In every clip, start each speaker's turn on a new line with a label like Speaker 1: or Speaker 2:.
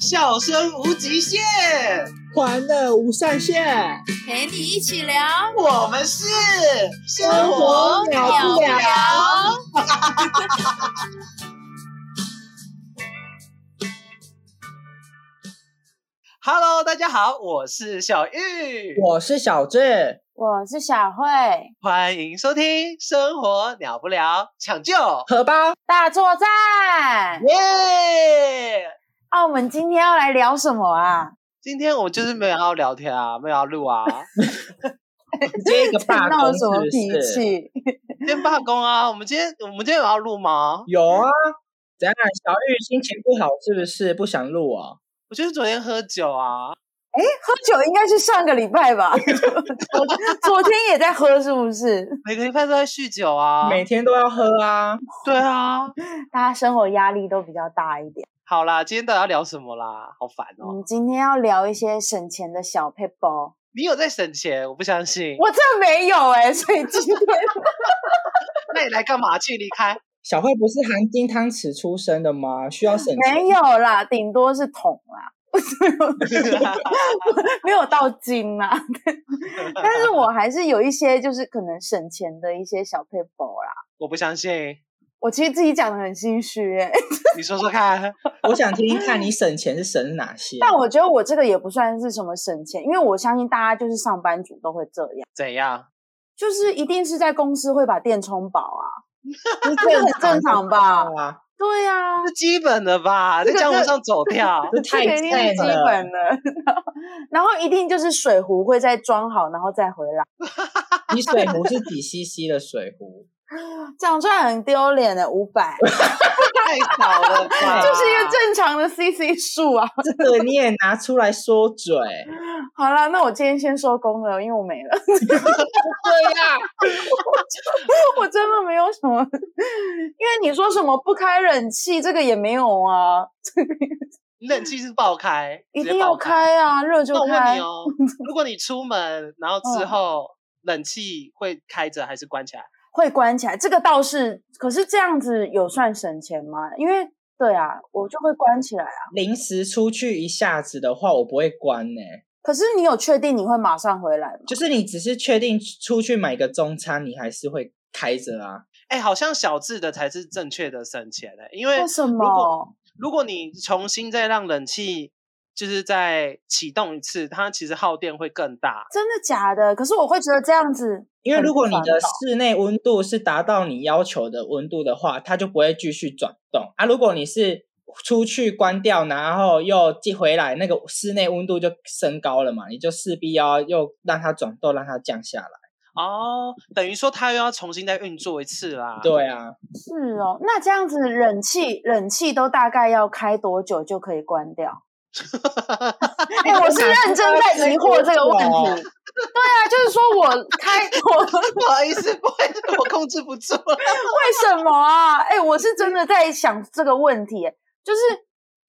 Speaker 1: 笑声无极限，
Speaker 2: 欢乐无上限，
Speaker 3: 陪你一起聊。
Speaker 1: 我们是生
Speaker 2: 活秒不了
Speaker 1: Hello，大家好，我是小玉，
Speaker 2: 我是小智，
Speaker 3: 我是小慧，
Speaker 1: 欢迎收听《生活鸟不聊》，抢救
Speaker 2: 荷包
Speaker 3: 大作战。
Speaker 1: 耶！
Speaker 3: 啊，我们今天要来聊什么啊？
Speaker 1: 今天我们就是没有要聊天啊，没有要录啊，
Speaker 2: 你接一个罢
Speaker 3: 闹
Speaker 2: 工
Speaker 3: 什么脾
Speaker 2: 是不是？
Speaker 3: 气？
Speaker 1: 今天罢工啊！我们今天我们今天有要录吗？
Speaker 2: 有啊，怎样？小玉心情不好是不是？不想录哦？
Speaker 1: 我就是昨天喝酒啊，
Speaker 3: 喝酒应该是上个礼 拜吧？昨昨天也在喝，是不是？
Speaker 1: 每个礼拜都在酗酒啊，
Speaker 2: 每天都要喝啊。
Speaker 1: 对啊。
Speaker 3: 大家生活压力都比较大一点。
Speaker 1: 好啦，今天到底要聊什么啦？好烦
Speaker 3: 我
Speaker 1: 哦！
Speaker 3: 们今天要聊一些省钱的小 p a p e
Speaker 1: 你有在省钱？我不相信。
Speaker 3: 我这没有哎、所以 今天
Speaker 1: 那你来干嘛？去离开？
Speaker 2: 小慧不是含金汤匙出生的吗？需要省钱
Speaker 3: 没有啦，顶多是桶啦，没有到金啦。但是我还是有一些就是可能省钱的一些小 p a p e 啦。
Speaker 1: 我不相 信，
Speaker 3: 我其实自己讲的很心虚哎、
Speaker 1: 你说说看。
Speaker 2: 我想听听看你省钱是省哪些。
Speaker 3: 但我觉得我这个也不算是什么省钱，因为我相信大家就是上班族都会这样，
Speaker 1: 怎样？
Speaker 3: 就是一定是在公司会把电充饱啊，这很正常吧？
Speaker 2: 啊，，
Speaker 3: 对呀、啊
Speaker 1: 这，基本的吧，在
Speaker 3: 个
Speaker 1: 江湖
Speaker 3: 这
Speaker 1: 上走跳
Speaker 2: 这
Speaker 3: 这
Speaker 2: 太
Speaker 3: 个一定是
Speaker 2: 欠
Speaker 3: 基
Speaker 2: 了。
Speaker 3: 本的。 然后一定就是水壶会再装好，然后再回来。
Speaker 2: 你水壶是几 CC 的水壶？
Speaker 3: 讲出来很丢脸的五百，
Speaker 1: 太少了吧？
Speaker 3: 就是一个正常的 CC 数啊。
Speaker 2: 这个你也拿出来说嘴。
Speaker 3: 好了，那我今天先收工了，因为我没了。
Speaker 2: 对呀、
Speaker 3: 我真 的没有什么，因为你说什么不开冷气，这个也没有啊，
Speaker 1: 冷气是爆开，
Speaker 3: 一
Speaker 1: 直接
Speaker 3: 定要
Speaker 1: 爆开。
Speaker 3: 开啊，热就
Speaker 1: 那我问
Speaker 3: 开
Speaker 1: 你。 哦，如果你出门，然后之
Speaker 3: 嗯
Speaker 1: 后冷气会开着还是关起来？
Speaker 3: 会关起来，这个倒是，可是这样子有算省钱吗？因为对啊，我就会关起来啊。
Speaker 2: 临时出去一下子的话，我不会关呢、
Speaker 3: 可是你有确定你会马上回来吗？
Speaker 2: 就是你只是确定出去买个中餐，你还是会开着啊。
Speaker 1: 哎，好像小智的才是正确的省钱哎，因为
Speaker 3: 为什
Speaker 1: 如果
Speaker 3: 么？
Speaker 1: 如果你重新再让冷气就是再启动一次，它其实耗电会更大。
Speaker 3: 真的假的？可是我会觉得这样子，
Speaker 2: 因为
Speaker 3: 很
Speaker 2: 如果你
Speaker 3: 烦哦
Speaker 2: 的
Speaker 3: 恼
Speaker 2: 室内温度是达到你要求的温度的话，它就不会继续转动啊。如果你是出去关掉，然后又寄回来，那个室内温度就升高了嘛，你就势必要又让它转动，让它降下来。
Speaker 1: 哦，等于说它又要重新再运作一次啦。，
Speaker 2: 对啊，
Speaker 3: 是哦，那这样子冷气冷气都大概要开多久就可以关 掉？哎、我是认真在疑惑这个问题。对啊，就是说我开 我
Speaker 1: 不好意思，不好意思，我控制不住了。
Speaker 3: 为什么啊？哎、我是真的在想这个问题、就是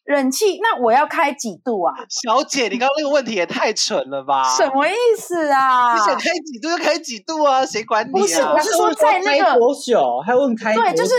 Speaker 3: 冷气那我要开几度啊？
Speaker 1: 小姐，你刚刚那个问题也太蠢了吧？
Speaker 3: 什么意思啊
Speaker 1: 你？想开几度就开几度啊，谁管你
Speaker 3: 不是
Speaker 1: 啊
Speaker 3: 我？是说
Speaker 2: 问
Speaker 3: 在那
Speaker 2: 开
Speaker 3: 个
Speaker 2: 多久，还问开多
Speaker 3: 对，
Speaker 2: 久？
Speaker 3: 就是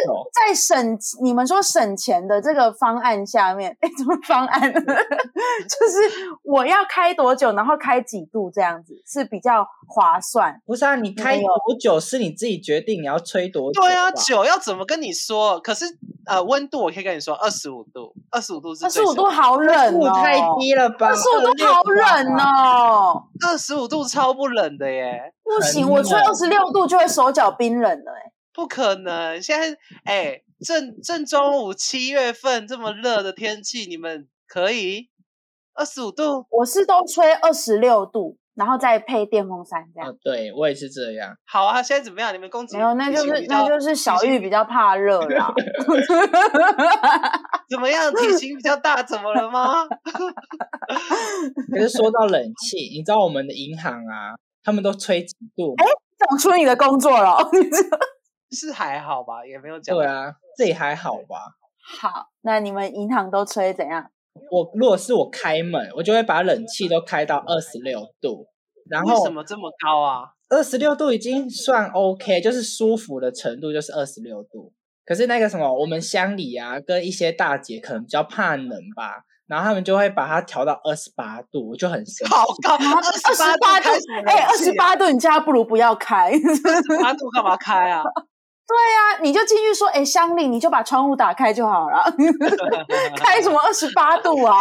Speaker 3: 在省你们说省钱的这个方案下面，哎，什么方案？ 就是我要开多久，然后开几度这样子是比较划算。
Speaker 2: 不是啊，你开
Speaker 3: 没有
Speaker 2: 多久是你自己决定你要吹多久吧。
Speaker 1: 对啊，酒要怎么跟你说？可是呃，温度我可以跟你说，二十五度，二十五度是
Speaker 3: 二
Speaker 1: 最
Speaker 3: 十五
Speaker 1: 省，
Speaker 3: 度好冷
Speaker 2: 度
Speaker 3: 哦，
Speaker 2: 太低了吧？
Speaker 3: 二十五度好冷
Speaker 2: 啊！
Speaker 3: 哦，
Speaker 1: 二十五度超不冷的耶，
Speaker 3: 不行，
Speaker 2: 很
Speaker 3: 我吹
Speaker 2: 冷
Speaker 3: 二十六度就会手脚冰冷了、哎，
Speaker 1: 不可能！现在哎，正正中午七月份这么热的天气，你们可以二十五度？
Speaker 3: 我是都吹二十六度，然后再配电风扇这样。
Speaker 2: 啊，对我也是这样。
Speaker 1: 好啊，现在怎么样？你们攻击
Speaker 3: 没有，那
Speaker 1: 提
Speaker 3: 就
Speaker 1: 醒
Speaker 3: 是
Speaker 1: 比
Speaker 3: 那
Speaker 1: 较
Speaker 3: 就是小
Speaker 1: 醒
Speaker 3: 玉比较怕热啦。
Speaker 1: 怎么样？体型比较大，怎么了吗？
Speaker 2: 可是说到冷气，你知道我们的银行啊，他们都吹几度？
Speaker 1: 哎
Speaker 3: 讲出你的工作了， 你知道
Speaker 1: 是还好吧，也没有讲。
Speaker 2: 对啊，这也还好吧。
Speaker 3: 好，那你们银行都吹怎样？
Speaker 2: 我如果是我开门，我就会把冷气都开到二十六度，然
Speaker 1: 为什
Speaker 2: 后
Speaker 1: 么这么高啊？
Speaker 2: 二十六度已经算 OK，就是舒服的程度就是二十六度。可是那个什么，我们乡里啊，跟一些大姐可能比较怕冷吧，然后他们就会把它调到二十八度，我就很生气。
Speaker 1: 好高，二
Speaker 3: 二十八
Speaker 1: 度开始，
Speaker 3: 哎，二十，八度，你叫他不如不要开。 对
Speaker 1: 八度干嘛开啊？
Speaker 3: 啊，你就进去说，哎、香令，你就把窗户打开就好了。 开什么二十八度啊？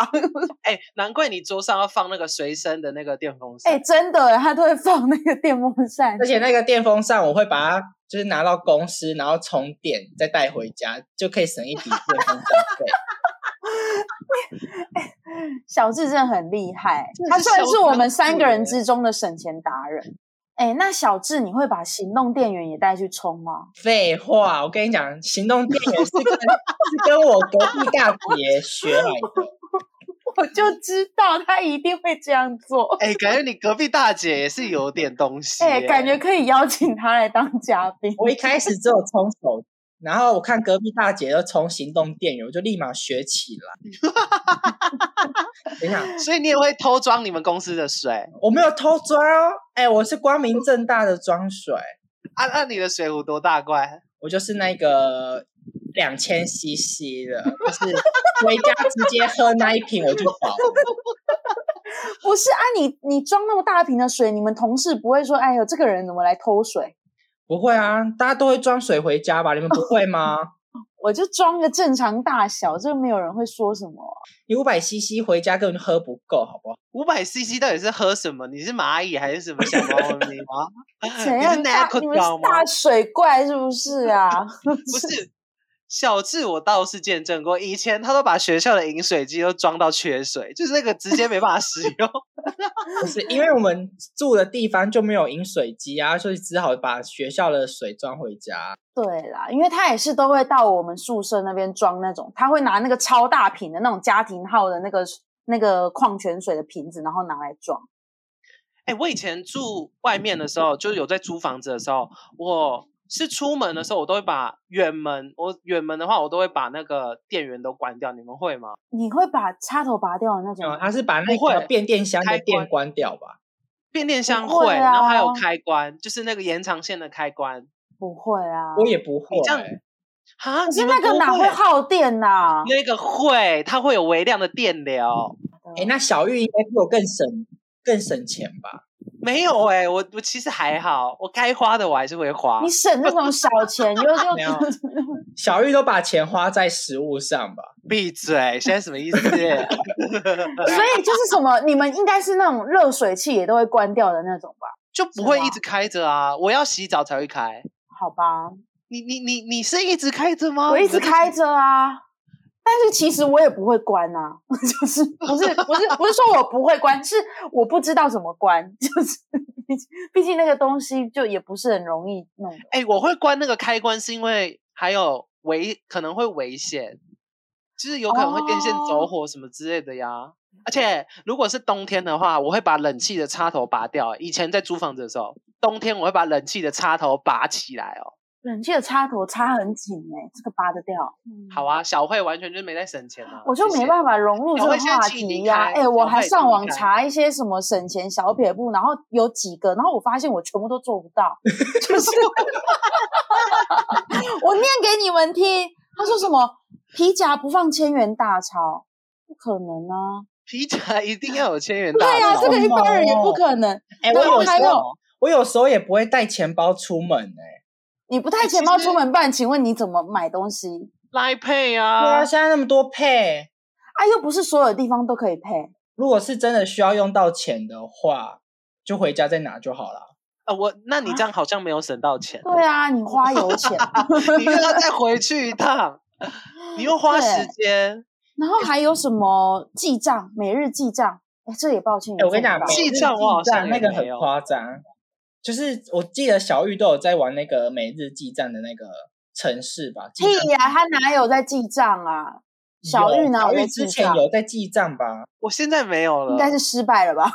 Speaker 1: 哎、难怪你桌上要放那个随身的那个电风
Speaker 3: 哎、
Speaker 1: 扇。
Speaker 3: 真的，他都会放那个电风扇
Speaker 2: 而。且那个电风扇，我会把它就是拿到公司，然后充电再带回家，就可以省一笔电风扇费。
Speaker 3: 小智真的很厉害，
Speaker 1: 真的
Speaker 3: 他
Speaker 1: 是
Speaker 3: 算是
Speaker 1: 小
Speaker 3: 我
Speaker 1: 专
Speaker 3: 们三
Speaker 1: 注
Speaker 3: 个人
Speaker 1: 耶
Speaker 3: 之中的省钱达人。哎，那小智，你会把行动电源也带去充吗？
Speaker 2: 废话，我跟你讲，行动电源是跟是跟我隔壁大姐学来的。
Speaker 3: 我就知道他一定会这样做。
Speaker 1: 哎、感觉你隔壁大姐也是有点东西耶、
Speaker 3: 哎，感觉可以邀请他来当嘉宾。
Speaker 2: 我一开始只有充手，然后我看隔壁大姐都充行动电源，我就立马学起来。等一下，
Speaker 1: 所以你也会偷装你们公司的水
Speaker 2: 我没有偷装哦，哎，我是光明正大的装水，
Speaker 1: 啊？那你的水壶多大罐？
Speaker 2: 我就是那个两千 CC 的，就是回家直接喝那一瓶我就饱了。
Speaker 3: 不是啊你，你装那么大瓶的水，你们同事不会说，哎呦，这个人怎么来偷水？
Speaker 2: 不会啊，大家都会装水回家吧？你们不会吗？
Speaker 3: 我就装个正常大小，这个没有人会说什么啊。
Speaker 2: 你五百 CC 回家根本就喝不够，好不好？
Speaker 1: 五百 CC 到底是喝什么？你是蚂蚁还是什么小猫咪吗？
Speaker 3: 怎
Speaker 1: 你
Speaker 3: 样
Speaker 1: 是
Speaker 3: 大？
Speaker 1: Naco
Speaker 3: 你们是
Speaker 1: 吗？
Speaker 3: 大水怪是不是啊？
Speaker 1: 不是，小智我倒是见证过，以前他都把学校的饮水机都装到缺水，就是那个直接没办法使用。
Speaker 2: 不是，因为我们住的地方就没有饮水机啊，所以只好把学校的水装回家。
Speaker 3: 对啦，因为他也是都会到我们宿舍那边装那种，他会拿那个超大瓶的那种家庭号的那个那个矿泉水的瓶子，然后拿来装。
Speaker 1: 哎、我以前住外面的时候，就是有在租房子的时候，我是出门的时候，我都会把远门，我远门的话，我都会把那个电源都关掉。你们会吗？
Speaker 3: 你会把插头拔掉的那种
Speaker 2: 哦
Speaker 3: 吗，，
Speaker 2: 他是把那
Speaker 1: 不会
Speaker 2: 个变电箱
Speaker 1: 开
Speaker 2: 的电
Speaker 1: 关
Speaker 2: 关掉吧？
Speaker 1: 变电箱
Speaker 3: 会
Speaker 1: 会，然后还有
Speaker 3: 啊
Speaker 1: 开关，就是那个延长线的开关。
Speaker 3: 不会啊。
Speaker 2: 我也不会、
Speaker 1: 这样
Speaker 2: 欸
Speaker 1: 啊，
Speaker 3: 可是
Speaker 1: 你们
Speaker 3: 那个
Speaker 1: 不
Speaker 3: 哪会
Speaker 1: 会？
Speaker 2: 啊
Speaker 3: 耗电呐、啊？
Speaker 1: 那个会，它会有微量的电流。
Speaker 2: 哎、那小玉应该比我更省更省钱吧？
Speaker 1: 没有哎、我我其实还好，我该花的我还是会花。
Speaker 3: 你省那种小 钱，又又
Speaker 2: 没 有小玉都把钱花在食物上吧？
Speaker 1: 闭嘴！现在什么意思？
Speaker 3: 所以就是什么，你们应该是那种热水器也都会关掉的那种吧？
Speaker 1: 就不
Speaker 3: 是
Speaker 1: 会一
Speaker 3: 吗
Speaker 1: 直开着啊！我要洗澡才会开。
Speaker 3: 好吧，
Speaker 1: 你你你你是一直开着吗？
Speaker 3: 我一
Speaker 1: 你
Speaker 3: 直
Speaker 1: 的
Speaker 3: 开着啊，但是其实我也不会关啊， 就是不是不是不是说我不会关，是我不知道怎么关， 就是毕竟毕竟那个东西就也不是很容易弄的
Speaker 1: 哎、我会关那个开关是因为还有危可能会危险，就是有可能会电线走
Speaker 3: 哦
Speaker 1: 火什么之类的呀。而且如果是冬天的话，我会把冷气的插头拔掉。以前在租房子的时候，冬天我会把冷气的插头拔起来哦。
Speaker 3: 冷气的插头插很紧哎、这个拔得掉。
Speaker 1: 好啊，小慧完全就是没在省钱啊，
Speaker 3: 我就没办
Speaker 1: 法。
Speaker 3: 法融入这
Speaker 1: 小
Speaker 3: 个
Speaker 1: 慧现在
Speaker 3: 话
Speaker 1: 请你
Speaker 3: 题呀、
Speaker 1: 离
Speaker 3: 哎、
Speaker 1: 开
Speaker 3: 我
Speaker 1: 小
Speaker 3: 还
Speaker 1: 慧
Speaker 3: 上
Speaker 1: 请
Speaker 3: 网
Speaker 1: 你离开
Speaker 3: 查一些什么省钱小撇步，然后有几个，然后我发现我全部都做不 到，就是 我念给你们听。他说什么皮夹不放千元大钞，不可能啊！
Speaker 1: 皮夹一定要有千元大钞。
Speaker 3: 对呀、这个一般人也
Speaker 2: 好
Speaker 3: 不
Speaker 2: 猛
Speaker 3: 可能。
Speaker 2: 哎、
Speaker 3: 然
Speaker 2: 我
Speaker 3: 后
Speaker 2: 有时
Speaker 3: 还
Speaker 2: 候
Speaker 3: 有，
Speaker 2: 我有时候也不会带钱包出门哎、
Speaker 3: 你不带钱
Speaker 1: 其
Speaker 3: 包
Speaker 1: 实
Speaker 3: 出门办，请问你怎么买东西？
Speaker 1: 来配
Speaker 2: 对
Speaker 1: 啊
Speaker 2: 啊，，现在那么多配，
Speaker 3: 啊，又不是所有地方都可以配。
Speaker 2: 如果是真的需要用到钱的话，就回家再拿就好了。
Speaker 1: 呃，我那你这样好像没有省到钱，
Speaker 3: 啊
Speaker 1: 哦
Speaker 3: 对啊，你花油钱，
Speaker 1: 你又要再回去一趟，你 又花时
Speaker 3: 对
Speaker 1: 间。
Speaker 3: 然后还有什么记账，每日记账，哎，这也抱歉也
Speaker 2: 哎，
Speaker 3: 做
Speaker 2: 我
Speaker 3: 不到，
Speaker 2: 跟你讲，每
Speaker 1: 记
Speaker 2: 日
Speaker 1: 账我好像
Speaker 2: 那
Speaker 1: 也
Speaker 2: 个
Speaker 1: 没
Speaker 2: 很
Speaker 1: 有
Speaker 2: 夸张，就是我记得小玉都有在玩那个每日记账的那个城市吧？记账
Speaker 3: 屁呀、他哪有在记账啊？小
Speaker 2: 有
Speaker 3: 玉哪
Speaker 2: 小
Speaker 3: 有在
Speaker 2: 玉
Speaker 3: 记
Speaker 2: 之前
Speaker 3: 账？
Speaker 2: 有在记账吧？
Speaker 1: 我现在没有了，
Speaker 3: 应该是失败了吧？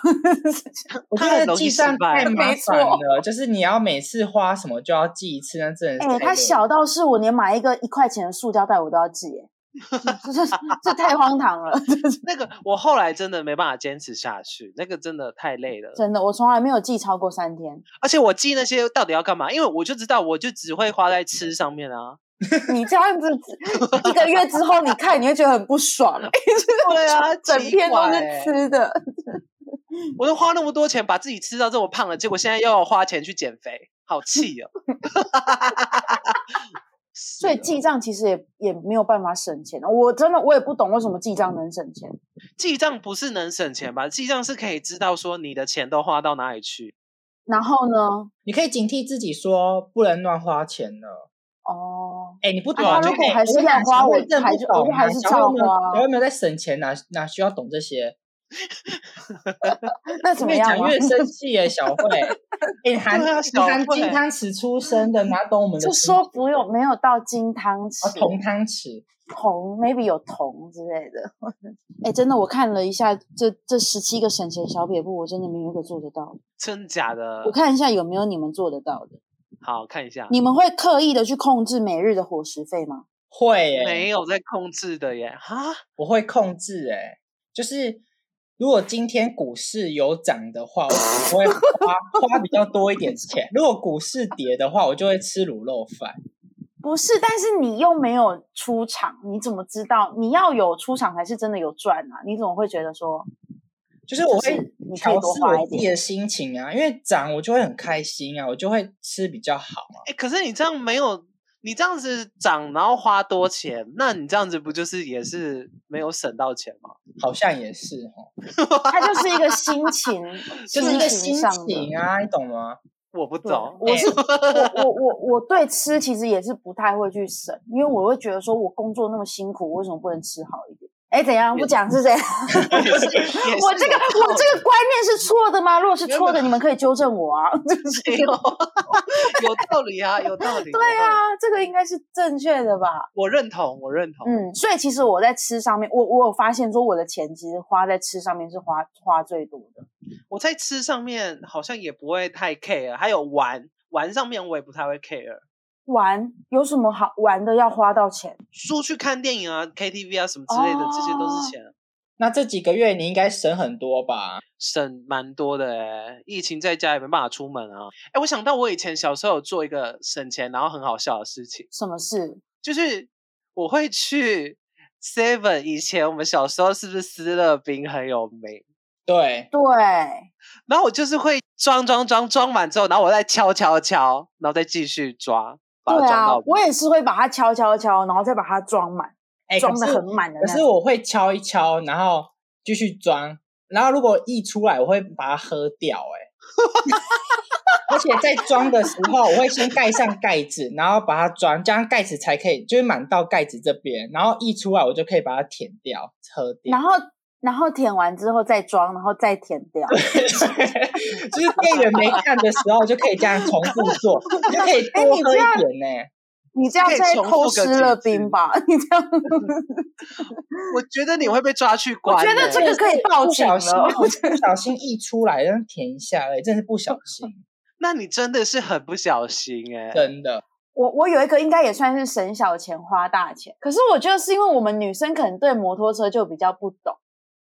Speaker 2: 我
Speaker 1: 他
Speaker 2: 觉
Speaker 1: 很
Speaker 2: 得
Speaker 1: 容易
Speaker 2: 记
Speaker 1: 失
Speaker 2: 账
Speaker 1: 败
Speaker 2: 太麻
Speaker 3: 没错
Speaker 2: 烦了，就是你要每次花什么就要记一次，那真的是 太
Speaker 3: 哎、他
Speaker 2: 累了
Speaker 3: 小到是我连买一个一块钱的塑胶袋我都要记、哎这这这太荒唐了，
Speaker 1: 那个我后来真的没办法坚持下去，那个真的太累了。
Speaker 3: 真的，我从来没有记超过三天。
Speaker 1: 而且我记那些到底要干嘛？因为我就知道，我就只会花在吃上面啊。
Speaker 3: 你这样子一个月之后，你看你会觉得很不 爽，
Speaker 1: 对啊，
Speaker 3: 整
Speaker 1: 奇
Speaker 3: 片都
Speaker 1: 怪
Speaker 3: 是
Speaker 1: 欸
Speaker 3: 吃的。
Speaker 1: 我都花那么多钱把自己吃到这么胖了，结果现在又要花钱去减肥，好气 哦！
Speaker 3: 所
Speaker 1: 所
Speaker 3: 以记账其实也也没有办法省钱。哦我真的我也不懂为什么记账能省钱。
Speaker 1: 记账不是能
Speaker 3: 嗯
Speaker 1: 省钱吧？记账是可以知道说你的钱都花到哪里去。
Speaker 3: 然后呢？
Speaker 2: 你可以警惕自己说不能乱花钱了。
Speaker 3: 哦，
Speaker 2: 哎，你不懂
Speaker 1: 啊他
Speaker 2: 就
Speaker 1: 如
Speaker 3: 果
Speaker 2: 哎
Speaker 3: 还是
Speaker 2: 我跟你
Speaker 3: 要
Speaker 2: 讲
Speaker 3: 花
Speaker 2: 小慧
Speaker 3: 我
Speaker 2: 真的
Speaker 3: 还
Speaker 2: 不
Speaker 3: 是
Speaker 2: 懂
Speaker 3: 我就
Speaker 2: 啊
Speaker 3: 还是
Speaker 2: 小慧
Speaker 3: 照
Speaker 2: 没有
Speaker 3: 花
Speaker 2: 小慧没有在省钱，哪哪需要懂这些？
Speaker 3: 那怎么
Speaker 2: 越
Speaker 3: 样
Speaker 2: 讲
Speaker 3: 啊？
Speaker 2: 越生气耶，小慧， 哎，你含
Speaker 1: 对啊
Speaker 2: 你含
Speaker 1: 小慧
Speaker 2: 金汤匙出生的，哪懂我们的
Speaker 3: 就
Speaker 2: 心？
Speaker 3: 说不用没有到金汤
Speaker 2: 啊
Speaker 3: 匙，
Speaker 2: 铜汤匙，
Speaker 3: 铜 maybe 有铜之类的。 哎，真的，我看了一下这这十七个省钱小撇步，我真的没有一个做得到的。
Speaker 1: 真假的
Speaker 3: 嗯我？看一下有没有你们做得到的。
Speaker 1: 好看一下，
Speaker 3: 你们会刻意的去控制每日的伙食费吗？
Speaker 2: 会耶，
Speaker 1: 没有在控制的耶！哈，
Speaker 2: 我会控制哎、就是如果今天股市有涨的话，我可能会花花比较多一点钱；如果股市跌的话，我就会吃卤肉饭。
Speaker 3: 不是，但是你又没有出场，你怎么知道？你要有出场才是真的有赚啊！你怎么会觉得说
Speaker 2: 就是我
Speaker 3: 就
Speaker 2: 会
Speaker 3: 是你可以
Speaker 2: 调
Speaker 3: 多
Speaker 2: 试
Speaker 3: 花
Speaker 2: 我
Speaker 3: 一
Speaker 2: 自己
Speaker 3: 点？
Speaker 2: 的心情啊，因为涨我就会很开心啊，我就会吃比较好啊。
Speaker 1: 哎，可是你这样没有，你这样子涨然后花多钱，那你这样子不就是也是没有省到钱吗？
Speaker 2: 好像也是哦，
Speaker 3: 它就是一个心 情，
Speaker 2: 就是一个
Speaker 3: 心
Speaker 2: 心
Speaker 3: 上的。嗯
Speaker 2: 情啊，你懂吗？
Speaker 1: 我不
Speaker 3: 对
Speaker 1: 懂，
Speaker 3: 我是哎我我我我对吃其实也是不太会去省，因为我会觉得说我工作那么辛苦，我为什么不能吃好一点？哎，怎样不讲是怎
Speaker 1: 也
Speaker 3: 样？
Speaker 1: 是也是
Speaker 3: 我这个
Speaker 1: 有道
Speaker 3: 我这个观念是错的吗？如果是错的，你们可以纠正我啊。
Speaker 1: 理有道理啊，有道理。
Speaker 3: 对
Speaker 1: 有道理，
Speaker 3: 啊，这个应该是正确的吧？
Speaker 1: 我认同，我认同。
Speaker 3: 嗯，所以其实我在吃上面，我我有发现说我的钱其实花在吃上面是花花最多的。
Speaker 1: 我在吃上面好像也不会太 care，还有玩玩上面我也不太会 care。
Speaker 3: 玩有什么好玩的要花到钱？
Speaker 1: 出去看电影啊、KTV 啊什么之类的，这些都
Speaker 3: 哦
Speaker 1: 是钱，
Speaker 2: 那这几个月你应该省很多吧？
Speaker 1: 省蛮多的诶。疫情在家也没办法出门啊。哎，我想到我以前小时候有做一个省钱然后很好笑的事情，
Speaker 3: 什么事？
Speaker 1: 就是我会去 Seven。以前我们小时候是不是斯乐冰很有名？
Speaker 2: 对，
Speaker 3: 对，
Speaker 1: 然后我就是会装装装装满之后，然后我再敲敲敲，然后再继续抓，把它
Speaker 3: 对
Speaker 1: 装
Speaker 3: 啊
Speaker 1: 到，
Speaker 3: 我也是会把它敲敲敲，然后再把它装满，
Speaker 2: 哎，
Speaker 3: 装
Speaker 2: 可
Speaker 3: 的
Speaker 2: 是
Speaker 3: 很满的
Speaker 2: 可
Speaker 3: 那
Speaker 2: 是
Speaker 3: 种。
Speaker 2: 我会敲一敲，然后继续装，然后如果溢出来，我会把它喝掉、哎，而且在装的时候，我会先盖上盖子，然后把它装，这样盖子才可以，就是满到盖子这边，然后溢出来，我就可以把它舔掉，喝掉
Speaker 3: 然。后然后舔完之后再装，然后再舔掉。
Speaker 2: 就是店员没看的时候，就可以这样重复做，你就可以
Speaker 3: 哎
Speaker 2: 多
Speaker 3: 你
Speaker 2: 喝
Speaker 3: 这样
Speaker 2: 一点呢、哎
Speaker 3: 你这样
Speaker 1: 可以
Speaker 3: 是在
Speaker 1: 重复
Speaker 3: 偷
Speaker 1: 个
Speaker 3: 吃
Speaker 1: 几
Speaker 3: 了
Speaker 1: 次
Speaker 3: 冰吧？ 你这 样，
Speaker 1: 我觉得你会被抓去关
Speaker 3: 觉
Speaker 1: 欸、
Speaker 3: 得这个可以报
Speaker 2: 不
Speaker 3: 警
Speaker 2: 小心，
Speaker 3: 了。
Speaker 2: 不小心溢出来，然后舔一下而已，真的是不小心，
Speaker 1: 那你真的是很不小心哎、
Speaker 2: 真的。
Speaker 3: 我我有一个应该也算是省小钱花大钱，可是我觉得是因为我们女生可能对摩托车就比较不懂，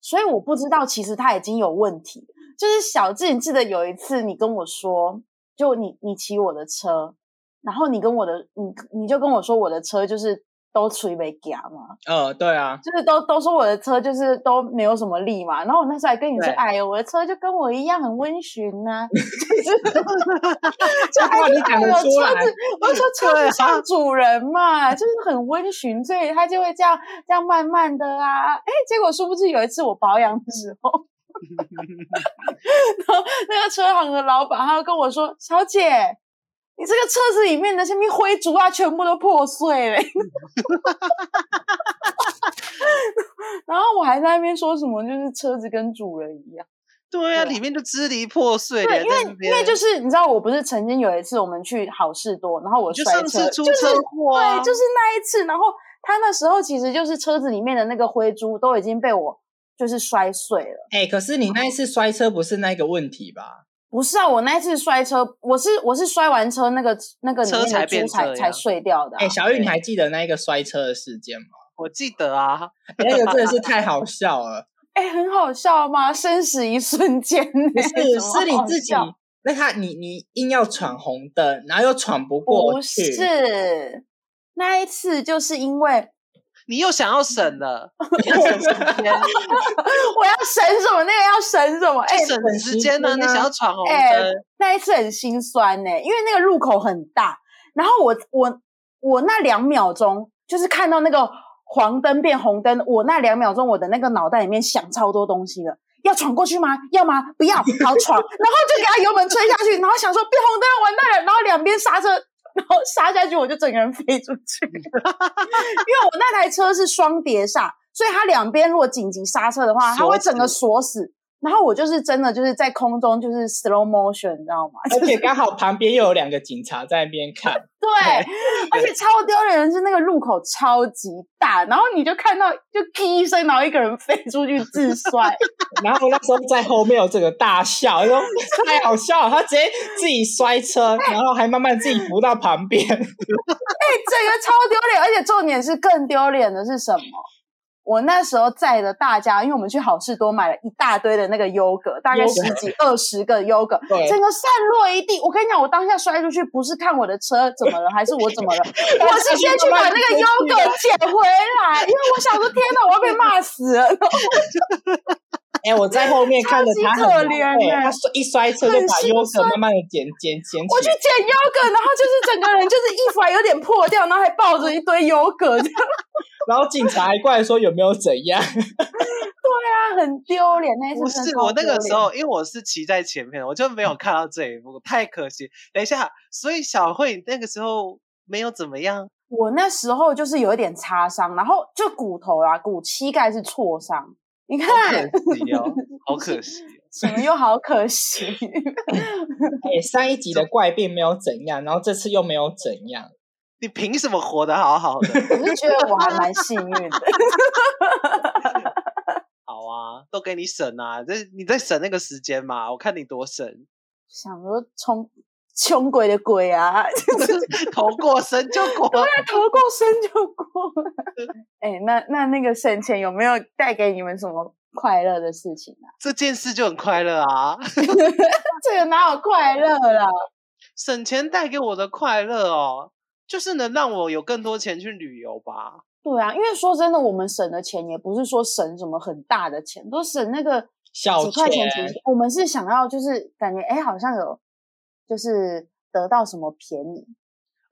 Speaker 3: 所以我不知道其实它已经有问题。就是小智，你记得有一次你跟我说，就你你骑我的车，然后你跟我的你你就跟我说我的车就是都处于没夹嘛，
Speaker 2: 呃，对啊，
Speaker 3: 就是都都说我的车就是都没有什么力嘛，然后我那时候还跟你说，
Speaker 2: 对
Speaker 3: 哎呦，我的车就跟我一样很温驯啊呐、就是
Speaker 2: 这
Speaker 3: 哎
Speaker 2: 话你讲得
Speaker 3: 我
Speaker 2: 出来
Speaker 3: 车，子，我说车
Speaker 1: 对
Speaker 3: 子
Speaker 1: 啊
Speaker 3: 像主人嘛，就是很温驯，所以他就会这样这样慢慢的啊。哎，结果殊不知有一次我保养的时候，然后那个车行的老板他就跟我说：“小姐，你这个车子里面的下面灰竹啊，全部都破碎了。” 然后我还在那边说什么，就是车子跟主人一样。
Speaker 1: 对啊，
Speaker 3: 对啊
Speaker 1: 里面就支离破碎，
Speaker 3: 对，
Speaker 1: 连
Speaker 3: 因
Speaker 1: 在
Speaker 3: 为
Speaker 1: 那
Speaker 3: 因为
Speaker 1: 边
Speaker 3: 就是你知道，我不是曾经有一次我们去好事多，然后我
Speaker 1: 就
Speaker 3: 摔
Speaker 1: 上
Speaker 3: 车，
Speaker 1: 次出
Speaker 3: 就是
Speaker 1: 车祸、啊
Speaker 3: 对，就是那一次。然后他那时候其实就是车子里面的那个灰珠都已经被我就是摔碎了。
Speaker 2: 哎、可是你那一次摔车不是那个问题吧？
Speaker 3: 不是啊，我那一次摔车，我是我是摔完车那个那个里
Speaker 1: 车
Speaker 3: 面
Speaker 1: 才
Speaker 3: 的
Speaker 1: 变
Speaker 3: 珠才
Speaker 1: 这
Speaker 3: 才
Speaker 1: 样
Speaker 3: 碎掉的、啊。
Speaker 2: 哎、小玉，
Speaker 1: 对
Speaker 2: 你还记得那一个摔车的事件吗？
Speaker 1: 我记得啊，
Speaker 2: 哎那个真的是太好笑了，
Speaker 3: 哎、很好笑吗？生死一瞬间呢、
Speaker 2: 不是
Speaker 3: 怎么
Speaker 2: 是你
Speaker 3: 好
Speaker 2: 自己
Speaker 3: 笑，
Speaker 2: 那他你你硬要闯红灯，然后又闯不过
Speaker 3: 不
Speaker 2: 去，
Speaker 3: 是。那一次就是因为
Speaker 1: 你又
Speaker 3: 嗯
Speaker 1: 想要省了，你要省时 间，
Speaker 3: 我要省什么，那个要省什么，哎、
Speaker 1: 省时间呢、
Speaker 2: 省时间啊
Speaker 1: 你想要闯红灯，
Speaker 3: 哎那一次很心酸呢、因为那个入口很大，然后我我我那两秒钟就是看到那个黄灯变红灯，我那两秒钟我的那个脑袋里面想超多东西了。要闯过去吗？要吗？不要，好闯，然后 就给他油门吹下去，然后想说变红灯了完蛋了，然后两边刹车，然后刹下去，我就整个人飞出去了。因 为我那台车是双碟刹，所以它两边如果紧急刹车的话，它会整个锁死。然后我就是真的就是在空中就是 slow motion，你知道吗？
Speaker 2: 而且刚好旁边又有两个警察在那边看，
Speaker 3: 对，而且超丢人的是那个入口超级大，然后你就看到就滴一声，然后一个人飞出去自摔，
Speaker 2: 然后我那时候在后面有这个大笑，说太好笑了，他直接自己摔车，然后还慢慢自己扶到旁边，
Speaker 3: 哎、整个超丢脸。而且重点是更丢脸的是什么？我那时候载着大家，因为我们去好事多买了一大堆的那个优格，大概
Speaker 2: 优格
Speaker 3: 十几二十个优格，
Speaker 2: 对
Speaker 3: 整个散落一地。我跟你讲，我当下摔出去不是看我的车怎么了，还是我怎么了，我是先去把那个优格捡回来，因为我想说，天哪，我要被骂死了。
Speaker 2: 哎、我在后面看着他很
Speaker 3: 超级可
Speaker 2: 狼狈
Speaker 3: 怜欸
Speaker 2: 他摔一摔车就
Speaker 3: 很
Speaker 2: 把
Speaker 3: 心
Speaker 2: 优格
Speaker 3: 酸
Speaker 2: 慢慢的捡捡捡
Speaker 3: 我
Speaker 2: 起
Speaker 3: 去
Speaker 2: 来。
Speaker 3: 捡优格，然后就是整个人就是衣服还有点破掉，然后还抱着一堆优格， 这样
Speaker 2: 然后警察还过来说有没有怎样？
Speaker 3: 对啊，很丢脸。那一次
Speaker 1: 不
Speaker 3: 真的
Speaker 1: 是
Speaker 3: 超
Speaker 1: 我那
Speaker 3: 丢
Speaker 1: 个
Speaker 3: 脸嗯
Speaker 1: 时，候，因为我是骑在前面，我就没有看到这一幕，太可惜。等一下，所以小慧你那个时候没有怎么样，
Speaker 3: 我那时候就是有一点擦伤，然后就骨头啦，骨膝盖是挫伤。你
Speaker 1: 好
Speaker 3: 看，
Speaker 1: 可惜哦，好可惜哦。
Speaker 3: 什么又好可惜，
Speaker 2: 哎、上一集的怪并没有怎样，然后这次又没有怎样。
Speaker 1: 你凭什么活得好好 的？
Speaker 3: 我是觉得我还蛮幸运的。
Speaker 1: 好啊，都给你省啊！这你在省那个时间嘛？我看你多省，
Speaker 3: 想说冲穷鬼的鬼啊，
Speaker 1: 头过身就过。
Speaker 3: 头过身就过了。 哎、那那那个省钱有没有带给你们什么快乐的事情啊？
Speaker 1: 这件事就很快乐啊！
Speaker 3: 这个哪有快乐啦？
Speaker 1: 省钱带给我的快乐哦，就是能让我有更多钱去旅游吧。
Speaker 3: 对啊，因为说真的，我们省的钱也不是说省什么很大的钱，都省那个
Speaker 2: 小
Speaker 3: 几块钱
Speaker 2: 钱
Speaker 3: 几。我们是想要就是感觉哎、诶好像有就是得到什么便宜，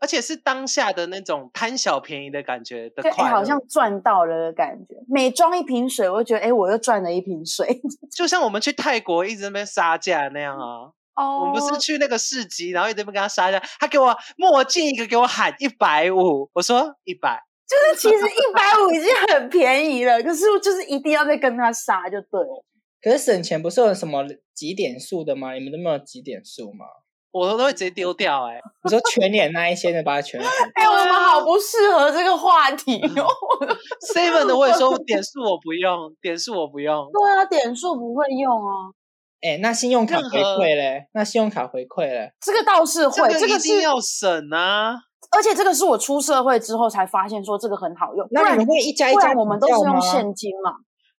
Speaker 1: 而且是当下的那种贪小便宜的感觉的
Speaker 3: 对，诶
Speaker 1: 快乐，
Speaker 3: 哎好像赚到了的感觉。每装一瓶水，我就觉得哎、诶我又赚了一瓶水。
Speaker 1: 就像我们去泰国一直在那边杀价那样啊。
Speaker 3: 哦
Speaker 1: 我们不是去那个市集，然后一直在那边跟他杀价，他给我墨镜一个，给我喊一百五，我说一百，
Speaker 3: 就是其实一百五已经很便宜了，可是我就是一定要再跟他杀就对了。
Speaker 2: 可是省钱不是有什么几点数的吗？你们都没有几点数吗？
Speaker 1: 我都会直接丢掉 哎、
Speaker 2: 你说全脸那一些的把它全脸
Speaker 3: 哎、我们好不适合这个话题哦。
Speaker 1: seven 的我也说点数我不用，点数我不用，
Speaker 3: 对啊，点数不会用哦。
Speaker 2: 哎、那信用卡
Speaker 1: 任
Speaker 2: 回
Speaker 1: 何
Speaker 2: 馈嘞？那信用卡回馈嘞？
Speaker 3: 这个倒是会，这
Speaker 1: 这个
Speaker 3: 个
Speaker 1: 一
Speaker 3: 是
Speaker 1: 定要省啊！
Speaker 3: 而且这个是我出社会之后才发现，说这个很好用。不
Speaker 2: 那你
Speaker 3: 然
Speaker 2: 们会一家一
Speaker 3: 不
Speaker 2: 家
Speaker 3: 然我们都
Speaker 2: 比较
Speaker 3: 是用
Speaker 2: 吗
Speaker 3: 现金嘛？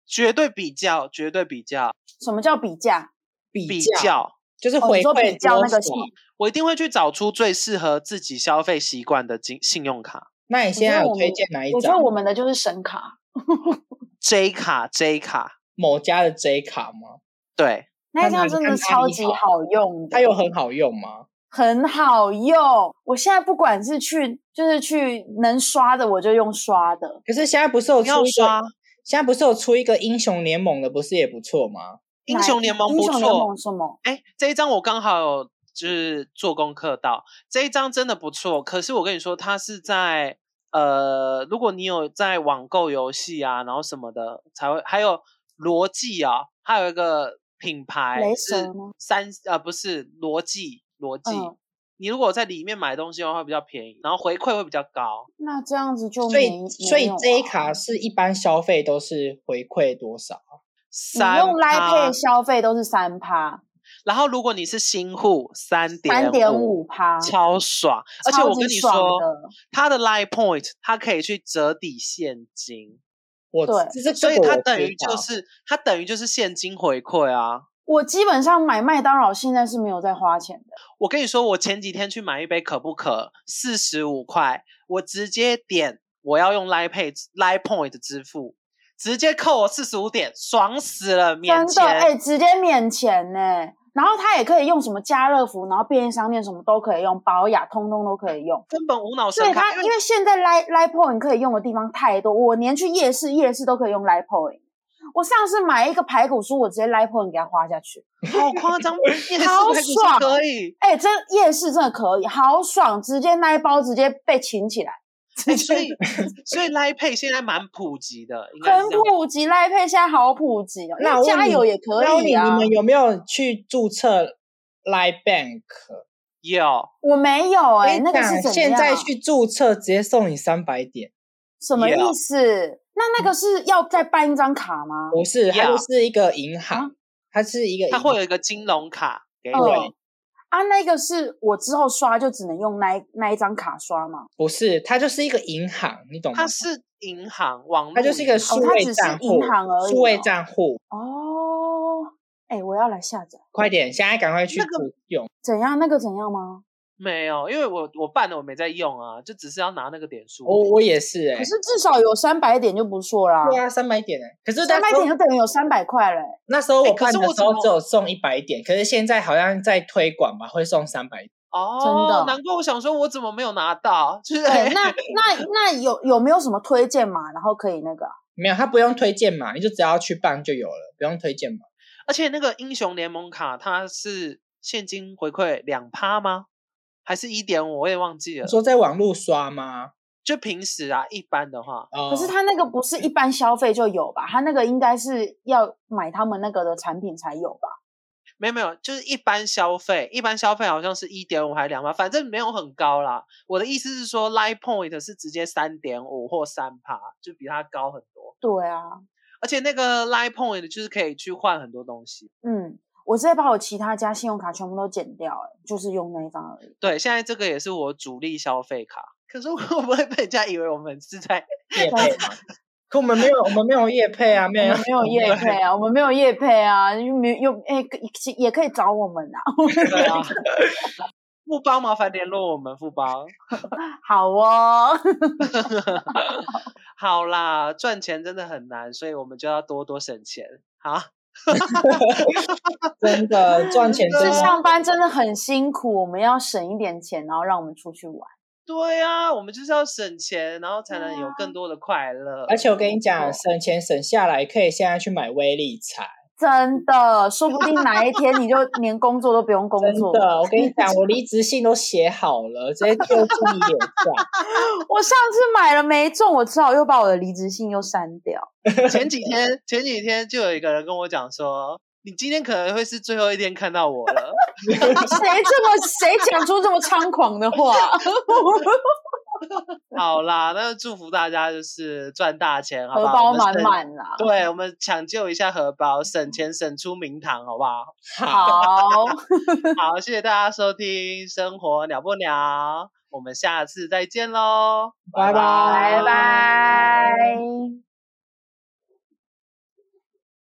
Speaker 1: 绝对比较，绝对比较，
Speaker 3: 什么叫比价？
Speaker 1: 比
Speaker 2: 比较，
Speaker 1: 较，
Speaker 2: 就是
Speaker 3: 哦，
Speaker 2: 回
Speaker 3: 你说
Speaker 2: 馈
Speaker 3: 比较
Speaker 2: 多
Speaker 3: 那
Speaker 2: 少
Speaker 3: 个信
Speaker 1: 我一定会去找出最适合自己消费习惯的金信用卡
Speaker 2: 那你现
Speaker 3: 觉
Speaker 2: 在
Speaker 3: 得
Speaker 2: 有
Speaker 3: 我
Speaker 2: 推
Speaker 3: 们
Speaker 2: 荐哪一
Speaker 3: 我觉
Speaker 2: 张
Speaker 3: 得？我们的就是神卡，
Speaker 1: J 卡 J 卡，
Speaker 2: 某家的 J 卡吗？
Speaker 1: 对，
Speaker 3: 那一
Speaker 2: 那
Speaker 3: 张真
Speaker 2: 你看
Speaker 3: 的
Speaker 2: 它
Speaker 3: 超
Speaker 2: 你
Speaker 3: 级
Speaker 2: 好哎
Speaker 3: 好用的，
Speaker 2: 它有很好用吗？
Speaker 3: 很好用。我现在不管是去就是去能刷的我就用刷的，
Speaker 2: 可是现在不是有
Speaker 1: 不要
Speaker 2: 出一个
Speaker 1: 刷，
Speaker 2: 现在不是有出一个英雄联盟的，不是也不错吗？
Speaker 1: 英
Speaker 3: 哪
Speaker 1: 雄联盟
Speaker 3: 英
Speaker 1: 不
Speaker 3: 雄联
Speaker 1: 错
Speaker 3: 盟，什么？
Speaker 1: 哎，这一张我刚好有就是做功课到，这一张真的不错。可是我跟你说，它是在呃，如果你有在网购游戏啊，然后什么的才会，还有逻辑啊，还有一个品牌
Speaker 3: 雷
Speaker 1: 是
Speaker 3: 蛇吗
Speaker 1: 三呃不是逻辑逻辑。
Speaker 3: 嗯
Speaker 1: 你如果在里面买东西的话，会比较便宜，然后回馈会比较高。
Speaker 3: 那这样子就
Speaker 2: 所以
Speaker 3: 哦没
Speaker 2: 所以
Speaker 3: 没有啊
Speaker 2: J
Speaker 3: 吧
Speaker 2: 卡是一般消费都是回馈多少？
Speaker 3: 你
Speaker 1: 三
Speaker 3: 用来
Speaker 1: 趴
Speaker 3: 配消费都是三趴，
Speaker 1: 然后如果你是新户，三
Speaker 3: 三点
Speaker 1: 点
Speaker 3: 五趴，
Speaker 1: 超爽！而且
Speaker 3: 超
Speaker 1: 我
Speaker 3: 级
Speaker 1: 跟你
Speaker 3: 爽
Speaker 1: 说
Speaker 3: 的，
Speaker 1: 它的 Line Point 它可以去折抵现金，
Speaker 2: 我
Speaker 3: 对
Speaker 2: 这这
Speaker 1: 所以
Speaker 2: 个
Speaker 1: 它
Speaker 2: 我
Speaker 1: 等
Speaker 2: 知
Speaker 1: 于就
Speaker 2: 道
Speaker 1: 是它等于就是现金回馈啊。
Speaker 3: 我基本上买麦当劳现在是没有在花钱的，
Speaker 1: 我跟你说，我前几天去买一杯可不可，四十五块，我直接点我要用 Line Pay Line Point 支付，直接扣我四十五点，爽死了，免
Speaker 3: 真的
Speaker 1: 钱。
Speaker 3: 哎、直接免钱呢、然后它也可以用什么家乐福，然后便利商店什么都可以用，宝雅通通都可以用。
Speaker 1: 根本无脑
Speaker 3: 对
Speaker 1: 神
Speaker 3: 它，
Speaker 1: 卡，
Speaker 3: 因为现在 l i l i Point 可以用的地方太多，我连去夜市，夜市都可以用 l i Point。我上次买一个排骨酥，我直接 l i Point 给它花下去，
Speaker 1: 好夸张，夜市
Speaker 3: 好
Speaker 1: 排骨酥
Speaker 3: 爽
Speaker 1: 可以。
Speaker 3: 哎、真夜市真的可以，好爽，直接那一包直接被请起来，
Speaker 1: 哎所以 所以 Line Pay 现在蛮普及的，应该是
Speaker 3: 很
Speaker 1: 这样。
Speaker 3: 普及 l i Pay 现在好普及哦，
Speaker 2: 那
Speaker 3: 那
Speaker 2: 我问
Speaker 3: 加
Speaker 2: 你
Speaker 3: 油也可
Speaker 2: 然后
Speaker 3: 以
Speaker 2: 你
Speaker 3: 啊。
Speaker 2: 你们有没有去注册 Line Bank？
Speaker 1: 有，
Speaker 3: 我没有哎、
Speaker 2: 跟你
Speaker 3: 那个
Speaker 2: 讲
Speaker 3: 是怎
Speaker 2: 现在
Speaker 3: 样啊
Speaker 2: 去注册直接送你三百点，
Speaker 3: 什么
Speaker 2: Yeah
Speaker 3: 意思？那那个是要再办一张卡吗？
Speaker 2: 不是，它
Speaker 1: Yeah
Speaker 2: 就是一个银
Speaker 3: 啊
Speaker 2: 行，它是一个银
Speaker 1: 它
Speaker 2: 行，
Speaker 1: 会有一个金融卡给你。
Speaker 3: 嗯啊，那个是我之后刷就只能用那一那一张卡刷嘛？
Speaker 2: 不是，它就是一个银行，你懂吗？
Speaker 1: 它是银行网络银行，
Speaker 2: 它就是一个数
Speaker 3: 哦它
Speaker 2: 位
Speaker 3: 只是
Speaker 2: 账
Speaker 3: 银
Speaker 2: 户，
Speaker 3: 行而
Speaker 2: 数
Speaker 3: 已
Speaker 2: 位
Speaker 3: 哦
Speaker 2: 账户，
Speaker 3: 哦，哎、我要来下载，
Speaker 2: 快点，现在赶快去
Speaker 1: 那个
Speaker 2: 注用。
Speaker 3: 怎样？那个怎样吗？
Speaker 1: 没有，因为我我办了，我没在用啊，就只是要拿那个点数。
Speaker 2: 我我也是哎、
Speaker 3: 可是至少有三百点就不错啦，
Speaker 2: 对啊，三百点哎、可是那
Speaker 3: 三百
Speaker 2: 时候
Speaker 3: 点就等于有三百块欸嘞。
Speaker 2: 那时候
Speaker 1: 哎
Speaker 2: 我
Speaker 1: 可
Speaker 2: 办
Speaker 1: 是
Speaker 2: 的
Speaker 1: 我
Speaker 2: 时
Speaker 1: 怎
Speaker 2: 候
Speaker 1: 么
Speaker 2: 只有送一百点，可是现在好像在推广吧，会送三百。
Speaker 1: 哦，
Speaker 3: 真的
Speaker 1: 难怪我想说，我怎么没有拿到？就是、
Speaker 2: 哎
Speaker 3: 对，那那那有有没有什么推荐码？然后可以那个啊
Speaker 2: 没有，它不用推荐码，你就只要去办就有了，不用推荐码。
Speaker 1: 而且那个英雄联盟卡，它是现金回馈两趴吗？还是一点五？我也忘记了
Speaker 2: 你。说在网络刷吗？
Speaker 1: 就平时啊，一般的话，
Speaker 2: 哦、
Speaker 3: 可是它那个不是一般消费就有吧？它那个应该是要买他们那个的产品才有吧？
Speaker 1: 没有没有，就是一般消费，一般消费好像是一点五还是两趴，反正没有很高啦。我的意思是说，Line Point 是直接三点五或三趴，就比它高很多。
Speaker 3: 对啊，
Speaker 1: 而且那个 Line Point 就是可以去换很多东西。
Speaker 3: 嗯，我直接把我其他家信用卡全部都剪掉、欸，就是用那一张而已。
Speaker 1: 对，现在这个也是我主力消费卡。可是会不会被人家以为我们是在
Speaker 2: 业配嘛，可我们没有，我们没有业配啊，没
Speaker 3: 我
Speaker 2: 有
Speaker 3: 们没有业配啊，我们没有业配啊，又没有又哎、其也可以找我们啊。
Speaker 1: 对啊， 富包麻烦联络我们富包。
Speaker 3: 好哦，
Speaker 1: 好啦，赚钱真的很难，所以我们就要多多省钱。好，
Speaker 2: 真的赚钱真
Speaker 3: 这
Speaker 2: 的
Speaker 3: 上班真的很辛苦，我们要省一点钱，然后让我们出去玩。
Speaker 1: 对啊，我们就是要省钱，然后才
Speaker 3: 对
Speaker 1: 能有
Speaker 3: 啊
Speaker 1: 更多的快乐。
Speaker 2: 而且我跟你讲，
Speaker 3: 错
Speaker 2: 省钱省下来，可以现在去买微利财。
Speaker 3: 真的，说不定哪一天你就连工作都不用工
Speaker 2: 真
Speaker 3: 作。
Speaker 2: 的，我跟你讲，我离职信都写好了，直接丢进你脸上。
Speaker 3: 我上次买了没中，我只好又把我的离职信又删掉。
Speaker 1: 前几天，前几天就有一个人跟我讲说，你今天可能会是最后一天看到我了。
Speaker 3: 谁这么谁讲出这么猖狂的话？
Speaker 1: 好啦，那就祝福大家就是赚大钱，好
Speaker 3: 荷
Speaker 1: 不好？
Speaker 3: 包
Speaker 1: 我们
Speaker 3: 满
Speaker 1: 省。
Speaker 3: 满啦。
Speaker 1: 对，我们抢救一下荷包，省钱省出名堂，好不好？
Speaker 2: 好，
Speaker 3: 好，
Speaker 1: 好，谢谢大家收听《生活鸟不鸟》，我们下次再见喽，
Speaker 2: 拜
Speaker 3: 拜拜。